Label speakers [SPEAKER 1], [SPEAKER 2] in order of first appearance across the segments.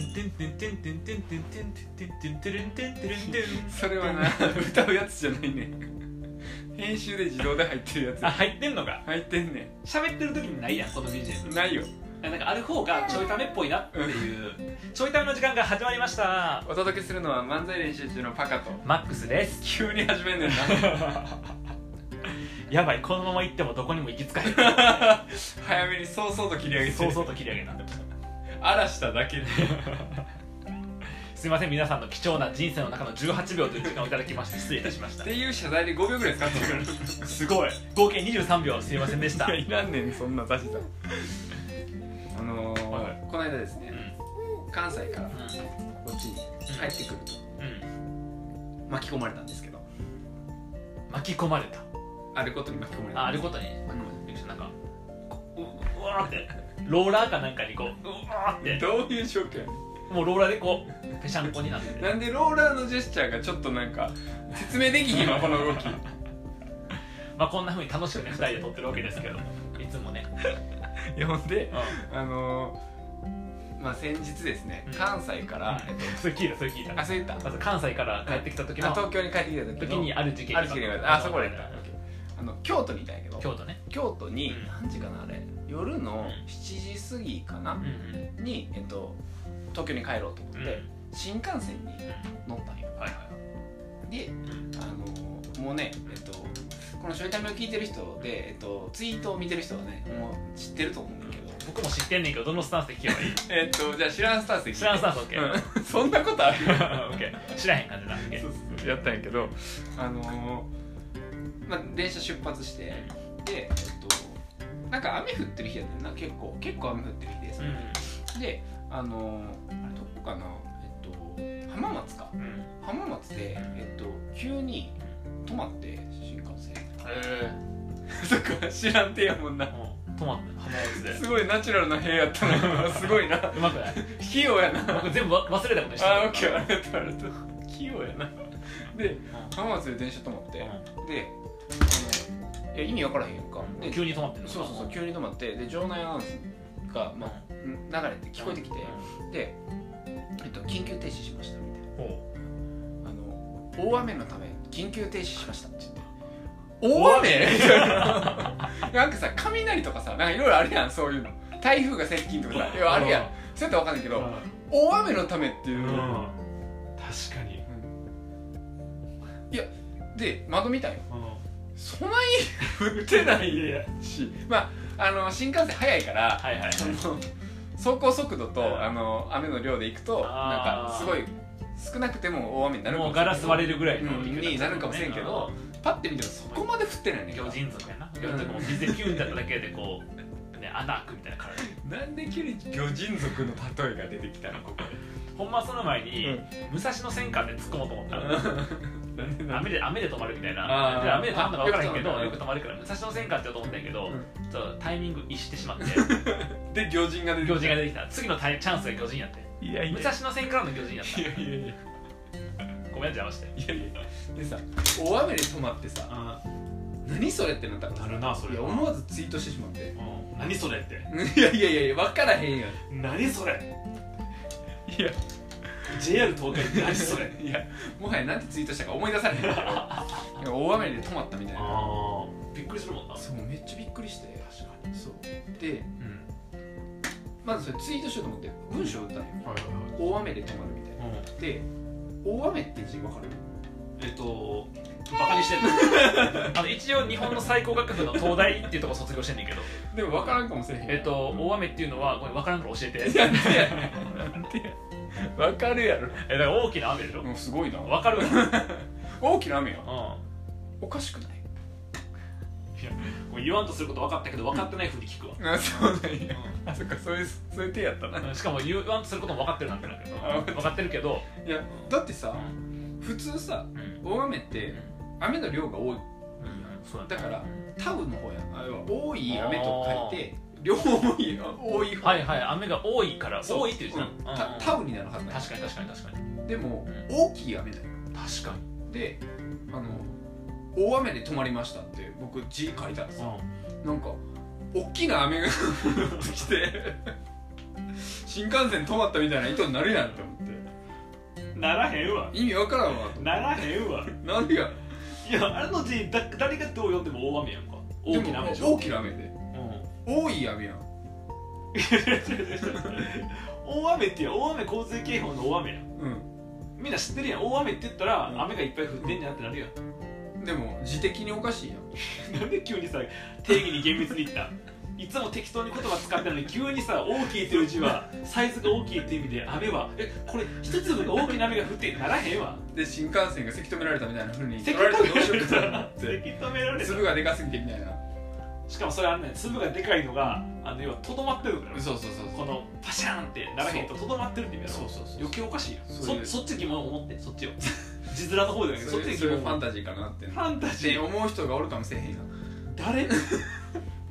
[SPEAKER 1] てんてんてんてんてんてんてんてんてんてんてんてんてん
[SPEAKER 2] それはな歌うやつじゃないね編集で自動で入ってるやつ
[SPEAKER 1] あ入ってんのか
[SPEAKER 2] 入ってんね
[SPEAKER 1] 喋ってる時にないやんこの BGM
[SPEAKER 2] んないよ
[SPEAKER 1] なんかある方がちょいためっぽいなっていうちょいための時間が始まりました
[SPEAKER 2] お届けするのは漫才練習中のパカと
[SPEAKER 1] マックスです
[SPEAKER 2] 急に始めんねんな
[SPEAKER 1] やばいこのまま行ってもどこにも行き着かへ
[SPEAKER 2] 早めにそうそうと切り上げ
[SPEAKER 1] ん
[SPEAKER 2] て
[SPEAKER 1] そうそうと切り上げたんで
[SPEAKER 2] 荒らしただけです
[SPEAKER 1] いません皆さんの貴重な人生の中の18秒という時間をいただきまして失礼いたしまし
[SPEAKER 2] ったていう謝罪で5秒ぐらい使ってるか
[SPEAKER 1] すごい合計23秒すいませんでした
[SPEAKER 2] らいらんねんそんな出したあのー
[SPEAKER 1] はいはい
[SPEAKER 2] この間です
[SPEAKER 1] う
[SPEAKER 2] ね
[SPEAKER 1] ん
[SPEAKER 2] 関西からこっちに入ってくると
[SPEAKER 1] うん
[SPEAKER 2] 巻き込まれたんですけど
[SPEAKER 1] 巻き込まれた
[SPEAKER 2] あることに巻き込まれた
[SPEAKER 1] ああることにびっくりしたなんかこうううわーってローラーかなんかにこううわーって
[SPEAKER 2] どういうショックやね
[SPEAKER 1] もうローラーでこうぺしゃんこになって
[SPEAKER 2] ん
[SPEAKER 1] て
[SPEAKER 2] なんでローラーのジェスチャーがちょっとなんか説明できひんわこの 動き
[SPEAKER 1] まあこんなふうに楽しくね2人で撮ってるわけですけどいつもね、
[SPEAKER 2] 呼んで
[SPEAKER 1] うん、
[SPEAKER 2] あのーまあ先日ですね
[SPEAKER 1] うん
[SPEAKER 2] 関西から、えっ
[SPEAKER 1] それ聞いたそれ聞い
[SPEAKER 2] と、あ
[SPEAKER 1] た
[SPEAKER 2] そう言ったあ
[SPEAKER 1] まず関西から帰ってきた時の
[SPEAKER 2] 東京に帰ってきた時の
[SPEAKER 1] 時にある事件
[SPEAKER 2] ある事件があったあそこで言った
[SPEAKER 1] うん
[SPEAKER 2] あの京都にいたんやけど
[SPEAKER 1] 京都ね
[SPEAKER 2] 京都に、
[SPEAKER 1] うん
[SPEAKER 2] 何時かなあれ夜の
[SPEAKER 1] うん
[SPEAKER 2] 7時過ぎかな
[SPEAKER 1] う、ん
[SPEAKER 2] に、えっと、東京に帰ろうと思って、
[SPEAKER 1] うん
[SPEAKER 2] 新幹線に乗ったんよ
[SPEAKER 1] はいは
[SPEAKER 2] で
[SPEAKER 1] いうん
[SPEAKER 2] あのもうねえっとこの「しょいため」を聞いてる人で、えっと、ツイートを見てる人はねもう知ってると思うんだけど
[SPEAKER 1] 僕も知ってんねんけどどのスタンスで聞けばいい
[SPEAKER 2] えっとじゃあ知らんスタンスで
[SPEAKER 1] 知らんスタンス OK
[SPEAKER 2] うん、 そんなことある
[SPEAKER 1] OK 知らへん感じだ OK
[SPEAKER 2] そうそうやったんやけどあのーまあ電車出発してでえっとなんか雨降ってる日やったんな結構結構雨降ってる日でその日であのーあれどこかなえっと浜松か
[SPEAKER 1] うんうん
[SPEAKER 2] 浜松でえっと急に止まって新幹線
[SPEAKER 1] へ
[SPEAKER 2] そっか知らんてやもん
[SPEAKER 1] え
[SPEAKER 2] な
[SPEAKER 1] トマト浜松です
[SPEAKER 2] ごいナチュラルな部屋やっ たなすごいな
[SPEAKER 1] うまくない
[SPEAKER 2] 器用やな
[SPEAKER 1] 僕全部忘れたことして
[SPEAKER 2] あオッケーありがとうありがとう器用やなで浜松で電車止まって、であのいや意味わからへんやんか、
[SPEAKER 1] うん
[SPEAKER 2] で
[SPEAKER 1] 急に止まってんの
[SPEAKER 2] そうそうそう急に止まってで場内アナウンスが、まあ、流れて聞こえてきて、で、えっと、緊急停止しましたみたい
[SPEAKER 1] ほう
[SPEAKER 2] なあの大雨のため緊急停止しましたって言って
[SPEAKER 1] 大
[SPEAKER 2] 大
[SPEAKER 1] 雨
[SPEAKER 2] 雨みたいな なんかさ雷とかさなんかいろいろあるやんそういうの台風が接近とかさいやあるやんそうやったらわかんないけど、大雨のためっていうう、
[SPEAKER 1] ん確かに
[SPEAKER 2] いやで窓見たよ
[SPEAKER 1] うん
[SPEAKER 2] そない降ってない
[SPEAKER 1] いやい
[SPEAKER 2] しまああの新幹線早いから
[SPEAKER 1] はいはい
[SPEAKER 2] その走行速度
[SPEAKER 1] うん
[SPEAKER 2] とあの雨の量でいくとなん
[SPEAKER 1] あー
[SPEAKER 2] かすごい少なくても大雨になるか
[SPEAKER 1] もう
[SPEAKER 2] もしれ
[SPEAKER 1] ガ
[SPEAKER 2] な
[SPEAKER 1] ラ
[SPEAKER 2] い
[SPEAKER 1] ス割れるぐらいの
[SPEAKER 2] うんになるかもしれんけどパッて見てもそこまで降ってないねん
[SPEAKER 1] 魚人族やな
[SPEAKER 2] うん
[SPEAKER 1] 魚人族も水でキュンってやっただけでこうね穴開くみたいな体
[SPEAKER 2] なんで急に魚人族の例えが出てきたのここ
[SPEAKER 1] ほんまはその前に、
[SPEAKER 2] うん
[SPEAKER 1] 武蔵野戦艦で突っ込もうと思ったの
[SPEAKER 2] でなんでなんで
[SPEAKER 1] 雨で雨で止まるみたい
[SPEAKER 2] あ
[SPEAKER 1] な
[SPEAKER 2] ー
[SPEAKER 1] で雨で止まるのか分からへんけど
[SPEAKER 2] あ
[SPEAKER 1] よく止まるから武蔵野戦艦って言おうと思ったんやけど、
[SPEAKER 2] う
[SPEAKER 1] ちょっとタイミング逸してしま って
[SPEAKER 2] で魚人が出てきた
[SPEAKER 1] 巨人が出てきた次のタイチャンスが巨人やって
[SPEAKER 2] いやい
[SPEAKER 1] 武
[SPEAKER 2] や
[SPEAKER 1] 蔵野戦艦の巨人やっ
[SPEAKER 2] いやいやいや
[SPEAKER 1] たごめん邪魔して
[SPEAKER 2] いやいやでさ大雨で止まってさ
[SPEAKER 1] あ
[SPEAKER 2] 何それってなったから
[SPEAKER 1] な
[SPEAKER 2] さ
[SPEAKER 1] るなそ
[SPEAKER 2] い
[SPEAKER 1] れ
[SPEAKER 2] や思わずツイートしてしまって
[SPEAKER 1] うん何それって
[SPEAKER 2] いやいやいやいや分からへんやん
[SPEAKER 1] 何それ
[SPEAKER 2] いや
[SPEAKER 1] JR 東海何それ
[SPEAKER 2] いやもはやなんてツイートしたか思い出されへんけどなんか大雨で止まったみたいな
[SPEAKER 1] ああびっくりするもんな
[SPEAKER 2] そうめっちゃびっくりして
[SPEAKER 1] 確かに
[SPEAKER 2] そうでまずそれツイートしようと思って文章打ったのよ
[SPEAKER 1] うんはいは
[SPEAKER 2] 大雨で止まるみたい
[SPEAKER 1] いはい、
[SPEAKER 2] なで大雨って字分かる
[SPEAKER 1] えっとバカにしてんの あの一応日本の最高学府の東大っていうとこ卒業してんねんけど
[SPEAKER 2] でも分からんかもしれへん
[SPEAKER 1] えっと大雨っていうのはこれ分からんから教えて
[SPEAKER 2] なんでやなんでや分かるやろ
[SPEAKER 1] えだから大きな雨でしょ
[SPEAKER 2] もうすごいな
[SPEAKER 1] 分かるわうん
[SPEAKER 2] 大きな雨やおかしくない
[SPEAKER 1] これ言わんとすること分かったけど分かってないふうに聞くわ、
[SPEAKER 2] あそうなんやあそっかそういうそういう手やったな
[SPEAKER 1] うんしかも言わんとすることも分かってるなんてなんだけど
[SPEAKER 2] あ
[SPEAKER 1] 分かってるけど、
[SPEAKER 2] いやだって
[SPEAKER 1] う
[SPEAKER 2] さ
[SPEAKER 1] ん
[SPEAKER 2] 普通さ
[SPEAKER 1] うん
[SPEAKER 2] 大雨って雨の量が多い
[SPEAKER 1] そう
[SPEAKER 2] だから
[SPEAKER 1] うん
[SPEAKER 2] タブの方やあれは多い雨と書いて両方いい多い方
[SPEAKER 1] はいはい雨が多いから
[SPEAKER 2] そう
[SPEAKER 1] 多いっていう字な
[SPEAKER 2] うん
[SPEAKER 1] のうん
[SPEAKER 2] たタブになるはずな
[SPEAKER 1] 確かに確かに確かに
[SPEAKER 2] いでも
[SPEAKER 1] うん
[SPEAKER 2] 大きい雨だよ
[SPEAKER 1] 確かに
[SPEAKER 2] であの大雨で止まりましたって僕字書いたら さなんか大きな雨が降ってきて新幹線止まったみたいな糸になるやんと思って
[SPEAKER 1] ならへんわ
[SPEAKER 2] 意味わからんわ
[SPEAKER 1] ならへんわ
[SPEAKER 2] 何が
[SPEAKER 1] いやあの字だ誰がどう読んでも大雨やんか大きな雨でしょ
[SPEAKER 2] 大きな雨で
[SPEAKER 1] うん
[SPEAKER 2] 多い雨やん
[SPEAKER 1] 大雨っていう大雨洪水警報の大雨やん
[SPEAKER 2] う
[SPEAKER 1] みんな知ってるやん大雨って言ったら、
[SPEAKER 2] うん
[SPEAKER 1] 雨がいっぱい降ってんじゃんってなるやん
[SPEAKER 2] んでも自的におかしいやん
[SPEAKER 1] なんで急にさ定義に厳密にいったいつも適当に言葉使ってるのに急にさ大きいっていう字はサイズが大きいっていう意味で雨はえこれ一粒の大きな雨が降ってならへんわ
[SPEAKER 2] で新幹線がせき止められたみたいなふうに
[SPEAKER 1] せき
[SPEAKER 2] 取
[SPEAKER 1] 止め
[SPEAKER 2] ら
[SPEAKER 1] られ
[SPEAKER 2] れてどうしようかと思
[SPEAKER 1] た
[SPEAKER 2] って粒
[SPEAKER 1] 粒
[SPEAKER 2] がでかすぎてみたいな
[SPEAKER 1] しかもそれあんねん粒がでかいのがあの要はとどまってるから
[SPEAKER 2] そうそうそう
[SPEAKER 1] このパシャーンってならへんととどまってるって意味だろ
[SPEAKER 2] そうそうそう
[SPEAKER 1] 余計おかしいやん
[SPEAKER 2] そ
[SPEAKER 1] そう
[SPEAKER 2] いう
[SPEAKER 1] そっち疑問を持ってそっちを 字面の方じゃなくてそ
[SPEAKER 2] そ
[SPEAKER 1] っ
[SPEAKER 2] れ
[SPEAKER 1] ちに
[SPEAKER 2] それ
[SPEAKER 1] 疑
[SPEAKER 2] が
[SPEAKER 1] 問を
[SPEAKER 2] フ
[SPEAKER 1] 持
[SPEAKER 2] ァ
[SPEAKER 1] っ
[SPEAKER 2] ンタジーかなって
[SPEAKER 1] てファンタジ
[SPEAKER 2] で
[SPEAKER 1] ー
[SPEAKER 2] 思う人がおるかもしれへんやん
[SPEAKER 1] 誰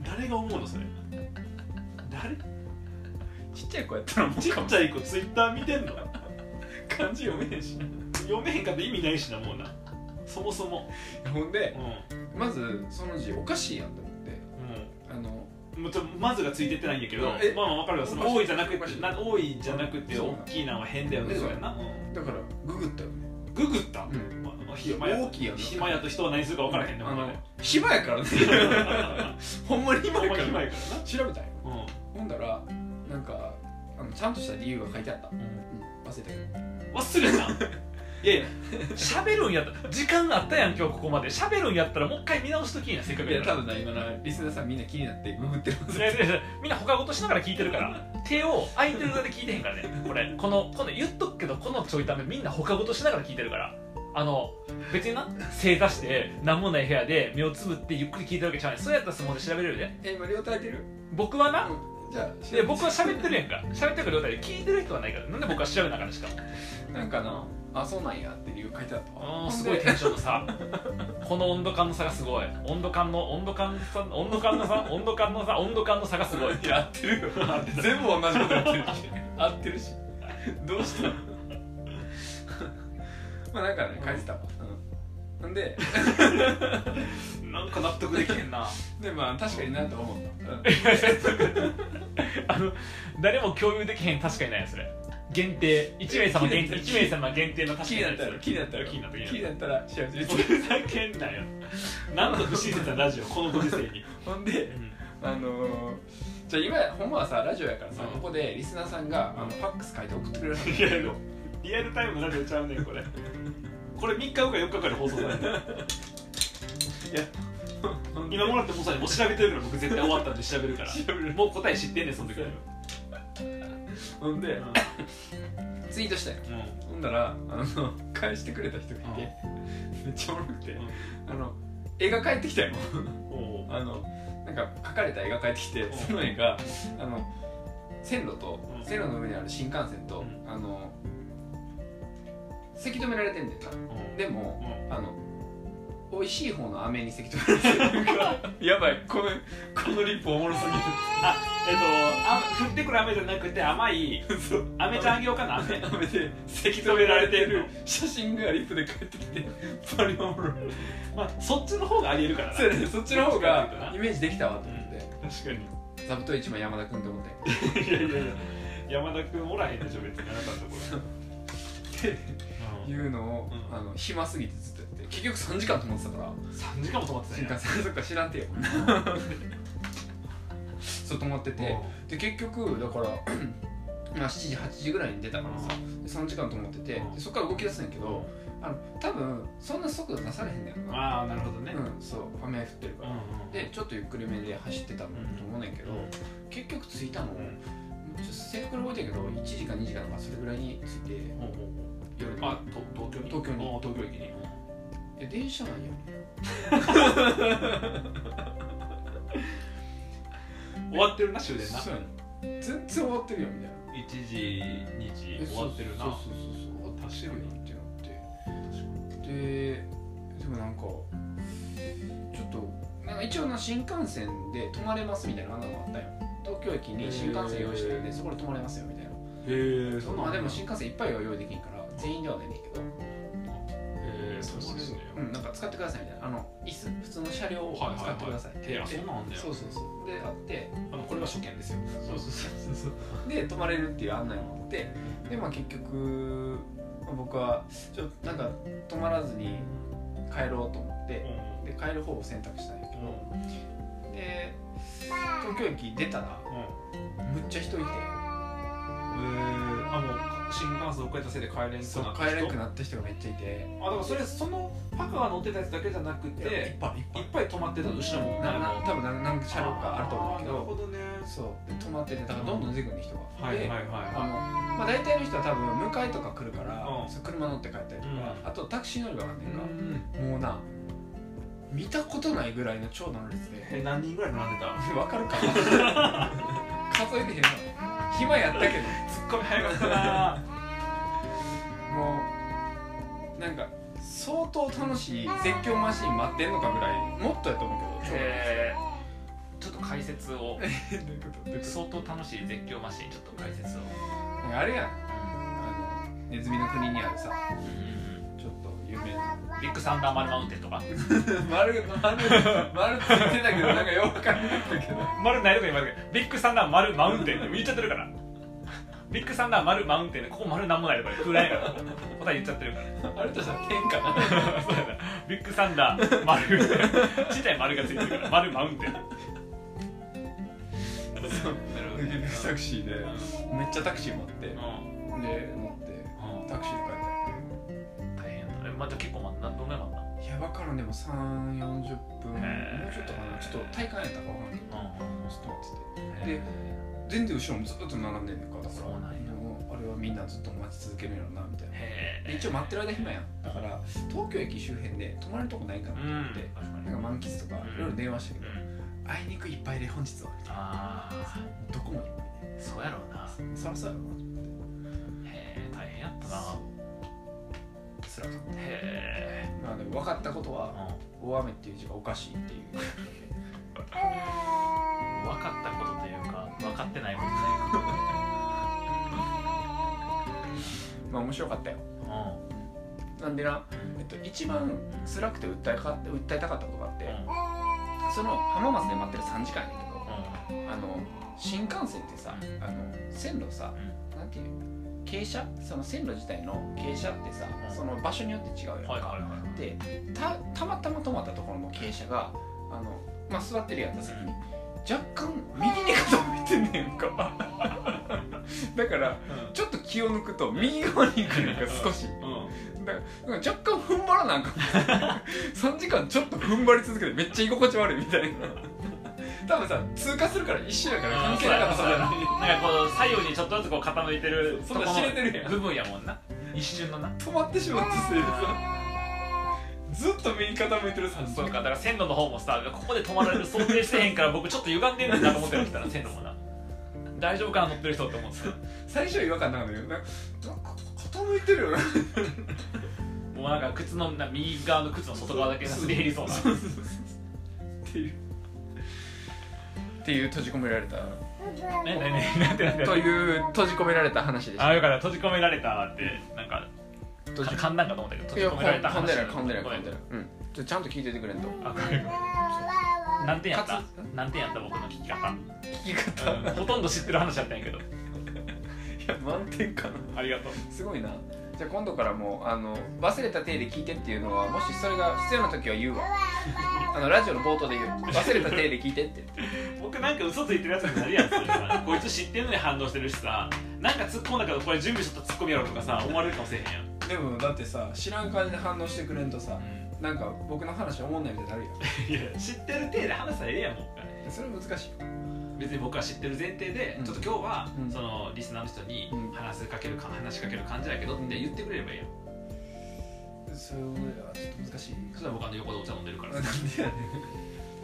[SPEAKER 1] 誰が思うのそれ誰
[SPEAKER 2] ちっちゃい子やったらもう
[SPEAKER 1] ちっちゃい子ツイッター見てんの漢字読めへんし読めへんかった意味ないしなもうなそもそも
[SPEAKER 2] ほん
[SPEAKER 1] う
[SPEAKER 2] で
[SPEAKER 1] ん
[SPEAKER 2] まずその字おかしいやんと思ってあの
[SPEAKER 1] うんもうちょまずがついてってないんやけど
[SPEAKER 2] え
[SPEAKER 1] まあまあ分かるわその多いじゃなくてな多いじゃなくて
[SPEAKER 2] そう
[SPEAKER 1] 大きいなは変だよね
[SPEAKER 2] そう
[SPEAKER 1] それな、う
[SPEAKER 2] だからググったよね
[SPEAKER 1] んググった、
[SPEAKER 2] うん
[SPEAKER 1] ままあ
[SPEAKER 2] いや
[SPEAKER 1] 暇や
[SPEAKER 2] 大きいやな
[SPEAKER 1] 暇やと人は何するか分からへんね
[SPEAKER 2] あ
[SPEAKER 1] ほん
[SPEAKER 2] の
[SPEAKER 1] まね
[SPEAKER 2] 暇やからね ほんまに暇
[SPEAKER 1] ほん
[SPEAKER 2] や
[SPEAKER 1] ま
[SPEAKER 2] か
[SPEAKER 1] 暇
[SPEAKER 2] ら
[SPEAKER 1] やから
[SPEAKER 2] 調べたよ
[SPEAKER 1] なうん
[SPEAKER 2] ほんだらなんかあのちゃんとした理由が書いてあった、うん、忘れたけど
[SPEAKER 1] 忘れたいやいや喋るんやったら時間あったやん今日ここまで喋るんやったらもう一回見直しときいなせっかく
[SPEAKER 2] いや
[SPEAKER 1] やか
[SPEAKER 2] 多
[SPEAKER 1] ら
[SPEAKER 2] 分な今なリスナーさんみんな気になってググってます
[SPEAKER 1] いやいやいやみんな他事しながら聞いてるから手を空いてるだけ聞いてへんからねこれこのこの言っとくけどこのちょいためみんな他事しながら聞いてるからあの別にな正座して何もない部屋で目をつぶってゆっくり聞いてるわけちゃうねんそうやったら相撲で調べれるで
[SPEAKER 2] え今両手空いてる
[SPEAKER 1] 僕はな
[SPEAKER 2] うんじゃあ
[SPEAKER 1] で僕は喋ってるやんか喋ってるから両手で聞いてる人はないからなんで僕は調べながらしか
[SPEAKER 2] なんかなあそうなんやっていう書いてあったわ
[SPEAKER 1] うんすごいテンションの差この温度感の差がすごい温度感の温度感の差温度感の差温度感の差温度感の差がすごい
[SPEAKER 2] いや合ってるよ全部同じことやってるし合ってるしどうしたのまあなんかね書いてたわ、うん、なんで
[SPEAKER 1] なんか納得できへんな
[SPEAKER 2] でまあ確かになと思った、うん
[SPEAKER 1] あの誰も共有できへん確かにないよそれ限定1名様 限定一名様限定の確か
[SPEAKER 2] 気
[SPEAKER 1] に
[SPEAKER 2] に
[SPEAKER 1] な
[SPEAKER 2] ないっ
[SPEAKER 1] よ
[SPEAKER 2] た
[SPEAKER 1] そ
[SPEAKER 2] ら
[SPEAKER 1] れ
[SPEAKER 2] 気になったら
[SPEAKER 1] 気になった気になっ
[SPEAKER 2] ったら幸せ
[SPEAKER 1] たふざけんなよなんと不親切なラジオこのご時世に、
[SPEAKER 2] ほんであのー、じゃあ今ほんまはさラジオやからさ、
[SPEAKER 1] うん
[SPEAKER 2] ここでリスナーさんがあのファックス書いて送ってくれるはずなん
[SPEAKER 1] い
[SPEAKER 2] だ
[SPEAKER 1] や
[SPEAKER 2] けど
[SPEAKER 1] リアルタイムのラジオちゃうねんこれこれ3日後か4日後で放送される
[SPEAKER 2] ほんで
[SPEAKER 1] 今もらってもうさもう調べてるから僕絶対終わったんで調べるからもう答え知ってんねんその時は
[SPEAKER 2] ほんで
[SPEAKER 1] う
[SPEAKER 2] ツイートしたよ
[SPEAKER 1] ん
[SPEAKER 2] ほんだらあの返してくれた人がいて、めっちゃおもろくて、
[SPEAKER 1] うん
[SPEAKER 2] あの絵が返ってきたよ
[SPEAKER 1] おう
[SPEAKER 2] あのなんか描かれた絵が返ってきて
[SPEAKER 1] ん
[SPEAKER 2] その絵があの線路と、
[SPEAKER 1] うん
[SPEAKER 2] 線路の上にある新幹線と、
[SPEAKER 1] うん
[SPEAKER 2] あのせき止められてんだよなでも、
[SPEAKER 1] うんうん
[SPEAKER 2] あの美味しい方の飴に咳止められて るからやばいこのこのリップおもろす
[SPEAKER 1] あえっとあ降ってくる雨じゃなくて甘い
[SPEAKER 2] ぎるそう
[SPEAKER 1] 飴ちゃんあげようかな飴
[SPEAKER 2] 飴で
[SPEAKER 1] 咳
[SPEAKER 2] 止
[SPEAKER 1] 止
[SPEAKER 2] め
[SPEAKER 1] め
[SPEAKER 2] ら
[SPEAKER 1] ら
[SPEAKER 2] れ
[SPEAKER 1] れ
[SPEAKER 2] て
[SPEAKER 1] て
[SPEAKER 2] る
[SPEAKER 1] る
[SPEAKER 2] 写真がリップで返ってきてバリおもろい
[SPEAKER 1] まあそっちの方がありえるからな
[SPEAKER 2] そうやねそっちの方がイメージできたわと思って、
[SPEAKER 1] 確か
[SPEAKER 2] 座布団一枚山田君って思って
[SPEAKER 1] にいやいやいや山田君おらへんでしょ別にあなたのとこ ろ
[SPEAKER 2] っていうのを、
[SPEAKER 1] うん
[SPEAKER 2] あの暇すぎてずっとやって結局3時間と思ってたから
[SPEAKER 1] 3時間も止まってた
[SPEAKER 2] 新
[SPEAKER 1] んや
[SPEAKER 2] 幹線そっか知らんて よそう止まっててで結局だから まあ7時8時ぐらいに出たからさで3時間と思ってて
[SPEAKER 1] うん
[SPEAKER 2] でそっから動き出すんやけ
[SPEAKER 1] うん
[SPEAKER 2] どあの多分そんな速度出されへんねやろな
[SPEAKER 1] ああなるほどね
[SPEAKER 2] うんそう雨降ってるから、
[SPEAKER 1] うんうん
[SPEAKER 2] でちょっとゆっくりめで走ってたんだと思うねんけど、結局着いたの、
[SPEAKER 1] うんうん
[SPEAKER 2] ちょっと制服覚えてるけど1時間2時間とかそれぐらいに着いて
[SPEAKER 1] うんうんうん
[SPEAKER 2] 夜
[SPEAKER 1] あと東京に
[SPEAKER 2] 東京に
[SPEAKER 1] あ東京駅に
[SPEAKER 2] え電車なんや
[SPEAKER 1] 終わってるな終電な
[SPEAKER 2] そうやねん全然終わってるよみたいな
[SPEAKER 1] 1時2時
[SPEAKER 2] え
[SPEAKER 1] 終わってるな
[SPEAKER 2] そうそうそうそう終わってるよってなってででもなんかちょっとなんか一応な新幹線で泊まれますみたいな案内もあったよ東京駅に新幹線用意してるんでそこで泊まれますよみたいな
[SPEAKER 1] へえ
[SPEAKER 2] まあでも新幹線いっぱいは用意できんから全員ではないねんけど
[SPEAKER 1] へえ
[SPEAKER 2] そうそうそう
[SPEAKER 1] だよ
[SPEAKER 2] うん、なんか使ってくださいみたいなあの椅子普通の車両を
[SPEAKER 1] はいはいはい
[SPEAKER 2] 使ってくださいって言って、
[SPEAKER 1] いやそうなんだよ
[SPEAKER 2] そうそうそうであってあのこれが初見ですよ
[SPEAKER 1] そうそうそうそう
[SPEAKER 2] で泊まれるっていう案内もあってでまあ結局まあ僕はちょっとなんか泊まらずに帰ろうと思ってで帰る方を選択したんやけどで東京駅出たらむっちゃ人いて
[SPEAKER 1] あもう新幹線遅れたせいで帰れんくなった
[SPEAKER 2] そう帰れなくなった人がめっちゃいて
[SPEAKER 1] あだからそれそのパカが乗ってたやつだけじゃなく
[SPEAKER 2] いやいってぱいい
[SPEAKER 1] い
[SPEAKER 2] っぱ
[SPEAKER 1] っ
[SPEAKER 2] い
[SPEAKER 1] ぱい止まってた後ろも
[SPEAKER 2] なな多分何何車両かあると思うんだけ
[SPEAKER 1] なるほ
[SPEAKER 2] ど
[SPEAKER 1] どね
[SPEAKER 2] そうで泊まっててだからどんどん出てくるね人が、
[SPEAKER 1] はいはい
[SPEAKER 2] で
[SPEAKER 1] はい
[SPEAKER 2] あの、まあ、大体の人は多分迎えとか来るから、
[SPEAKER 1] うん
[SPEAKER 2] そう車乗って帰ったりとか、
[SPEAKER 1] うん
[SPEAKER 2] あとタクシー乗り場があんねんか、
[SPEAKER 1] ん
[SPEAKER 2] もうな見たことないぐらいの長蛇の列で
[SPEAKER 1] え何人ぐらい並んでた
[SPEAKER 2] わかるか 数えてへんの暇やったけど
[SPEAKER 1] ツッコミ早かったな
[SPEAKER 2] もうなんか相当楽しい絶叫マシン待ってんのかぐらいもっとやと思うけど長蛇の列
[SPEAKER 1] えーちょっと解説を
[SPEAKER 2] どういうことどういうこ
[SPEAKER 1] 相当楽しい絶叫マシンちょっと解説を
[SPEAKER 2] となんか あれやんあのネズミの国にあるさ
[SPEAKER 1] うん
[SPEAKER 2] ちょっと有名な
[SPEAKER 1] ビッグサンダーマルマウンテンとか
[SPEAKER 2] 丸丸丸ついてたけどなんかよくわかんなかったけど
[SPEAKER 1] 丸ないとか言いますけどビッグサンダー丸マウンテンって言っちゃってるからビッグサンダー丸マウンテンでここ丸なんもないとか言う暗いから答え言っちゃってるから
[SPEAKER 2] あれとさ天かな
[SPEAKER 1] そうやなビッグサンダー丸ちっちゃい丸がついてるから丸マウンテン
[SPEAKER 2] そう
[SPEAKER 1] なる
[SPEAKER 2] タクシーでめっちゃタクシー待ってで乗ってタクシーで帰った
[SPEAKER 1] 大変だまた結構まだどんぐらいまだ
[SPEAKER 2] いや分からんでも3 4 0分
[SPEAKER 1] へー
[SPEAKER 2] もうちょっとかなちょっと体感やったか分からんけどちょっと待ってでて全然後ろもずっと並んでんねんかだから
[SPEAKER 1] そうなんや
[SPEAKER 2] もうあれはみんなずっと待ち続けるんやろなみたいな
[SPEAKER 1] へ
[SPEAKER 2] で
[SPEAKER 1] え
[SPEAKER 2] 一応待ってる間暇やんだから東京駅周辺で泊まるとこないかな
[SPEAKER 1] う
[SPEAKER 2] と思っ
[SPEAKER 1] ん
[SPEAKER 2] て、
[SPEAKER 1] 確かに
[SPEAKER 2] なんか満喫とかいろいろ電話したけど、あいにくいっぱいで本日は
[SPEAKER 1] あ
[SPEAKER 2] どこもいっぱい
[SPEAKER 1] あそうやろうな
[SPEAKER 2] でそらそうやろな
[SPEAKER 1] へえ大変やったな
[SPEAKER 2] つらかっ
[SPEAKER 1] へ
[SPEAKER 2] たまあでも分かったこと
[SPEAKER 1] え
[SPEAKER 2] は大雨っていう字がおかしいっていう
[SPEAKER 1] 分かったことというか分かってないことというか
[SPEAKER 2] まあ面白かったよなんでな、えっと、一番辛くて訴えか訴えたかったことがあって、その浜松で待ってる3時間やねんけどあの新幹線ってさあの線路さなんていう傾斜その線路自体の傾斜ってさ
[SPEAKER 1] うん
[SPEAKER 2] その場所によって違うやんか、
[SPEAKER 1] はいはいはい
[SPEAKER 2] でたたまたま止まったところの傾斜があの、まあ、座ってるやつ席に若干右に傾いてんねんか だからちょっと気を抜くと右側に行くねんか少しだから若干踏ん張らなん か3時間ちょっと踏ん張り続けてめっちゃ居心地悪いみたいな 多分さ通過するから一緒やから関係なかった
[SPEAKER 1] そうやな
[SPEAKER 2] のに
[SPEAKER 1] なんかこう左右にちょっとずつこう傾いてる
[SPEAKER 2] そうそんな知れてるやん
[SPEAKER 1] 部分やもんな一瞬のな
[SPEAKER 2] 止まってしまってせいでさずっと右傾いてる3時
[SPEAKER 1] そう
[SPEAKER 2] 間
[SPEAKER 1] かだから線路の方もさここで止まられる想定してへんから僕ちょっと歪んでんねんなと思ってるたら線路もな大丈夫かな乗ってる人って思ってた
[SPEAKER 2] 最初は違和感なかったけどなんかなんか傾いてるよな
[SPEAKER 1] もうなんか靴のな右側の靴の外側だけすり減りそうな
[SPEAKER 2] っていうっていう閉じ込められた
[SPEAKER 1] ねねねなんてなんて
[SPEAKER 2] という閉じ込められた話でし
[SPEAKER 1] あ
[SPEAKER 2] た
[SPEAKER 1] あよかった閉じ込められたってなんか
[SPEAKER 2] 閉じ
[SPEAKER 1] か
[SPEAKER 2] 込
[SPEAKER 1] 勘なんかと思ったけど
[SPEAKER 2] い
[SPEAKER 1] 閉
[SPEAKER 2] や
[SPEAKER 1] じ込められた
[SPEAKER 2] 噛ん
[SPEAKER 1] 話
[SPEAKER 2] でない噛んでない
[SPEAKER 1] ごめ
[SPEAKER 2] 噛んでないうんちょちゃんと聞いててくれんと
[SPEAKER 1] あごめんごめん何点やった
[SPEAKER 2] かつ
[SPEAKER 1] 何点やった僕の聞き方、
[SPEAKER 2] 聞き方い
[SPEAKER 1] ほとんど知ってる話だったんやけど
[SPEAKER 2] や満点かな
[SPEAKER 1] ありがとう
[SPEAKER 2] すごいなじゃあ今度からもうあの忘れた体で聞いてっていうのはもしそれが必要な時は言うわあのラジオの冒頭で言う忘れた体で聞いてって
[SPEAKER 1] 僕なんか嘘ついてるやつになるやんそれさこいつ知ってんのに反応してるしさなんか突っ込んだけどこれ準備しとったら突っ込みやろとかさ思われるかもしれへんやん
[SPEAKER 2] でもだってさ知らん感じで反応してくれんとさなんか僕の話思んないみたいになるや
[SPEAKER 1] いや知ってる体で話したらええやんもうん
[SPEAKER 2] それ難しい
[SPEAKER 1] 別に僕は知ってる前提で、
[SPEAKER 2] うん
[SPEAKER 1] ちょっと今日は、
[SPEAKER 2] うん
[SPEAKER 1] そのリスナーの人に
[SPEAKER 2] うん
[SPEAKER 1] 話しかけるか話しかける感じだけどって言ってくれればいいやん
[SPEAKER 2] それはちょっと 難しい
[SPEAKER 1] そしたら僕あの横でお茶飲んでるから
[SPEAKER 2] なん
[SPEAKER 1] さ
[SPEAKER 2] でやね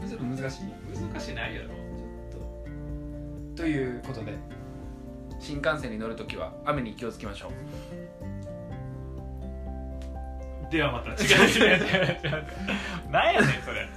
[SPEAKER 2] んちょっと難しいちょ
[SPEAKER 1] 難しいないやろ
[SPEAKER 2] っとということで新幹線に乗るときは雨に気をつけましょう
[SPEAKER 1] ではまた違う違う違う違う何やねんそれ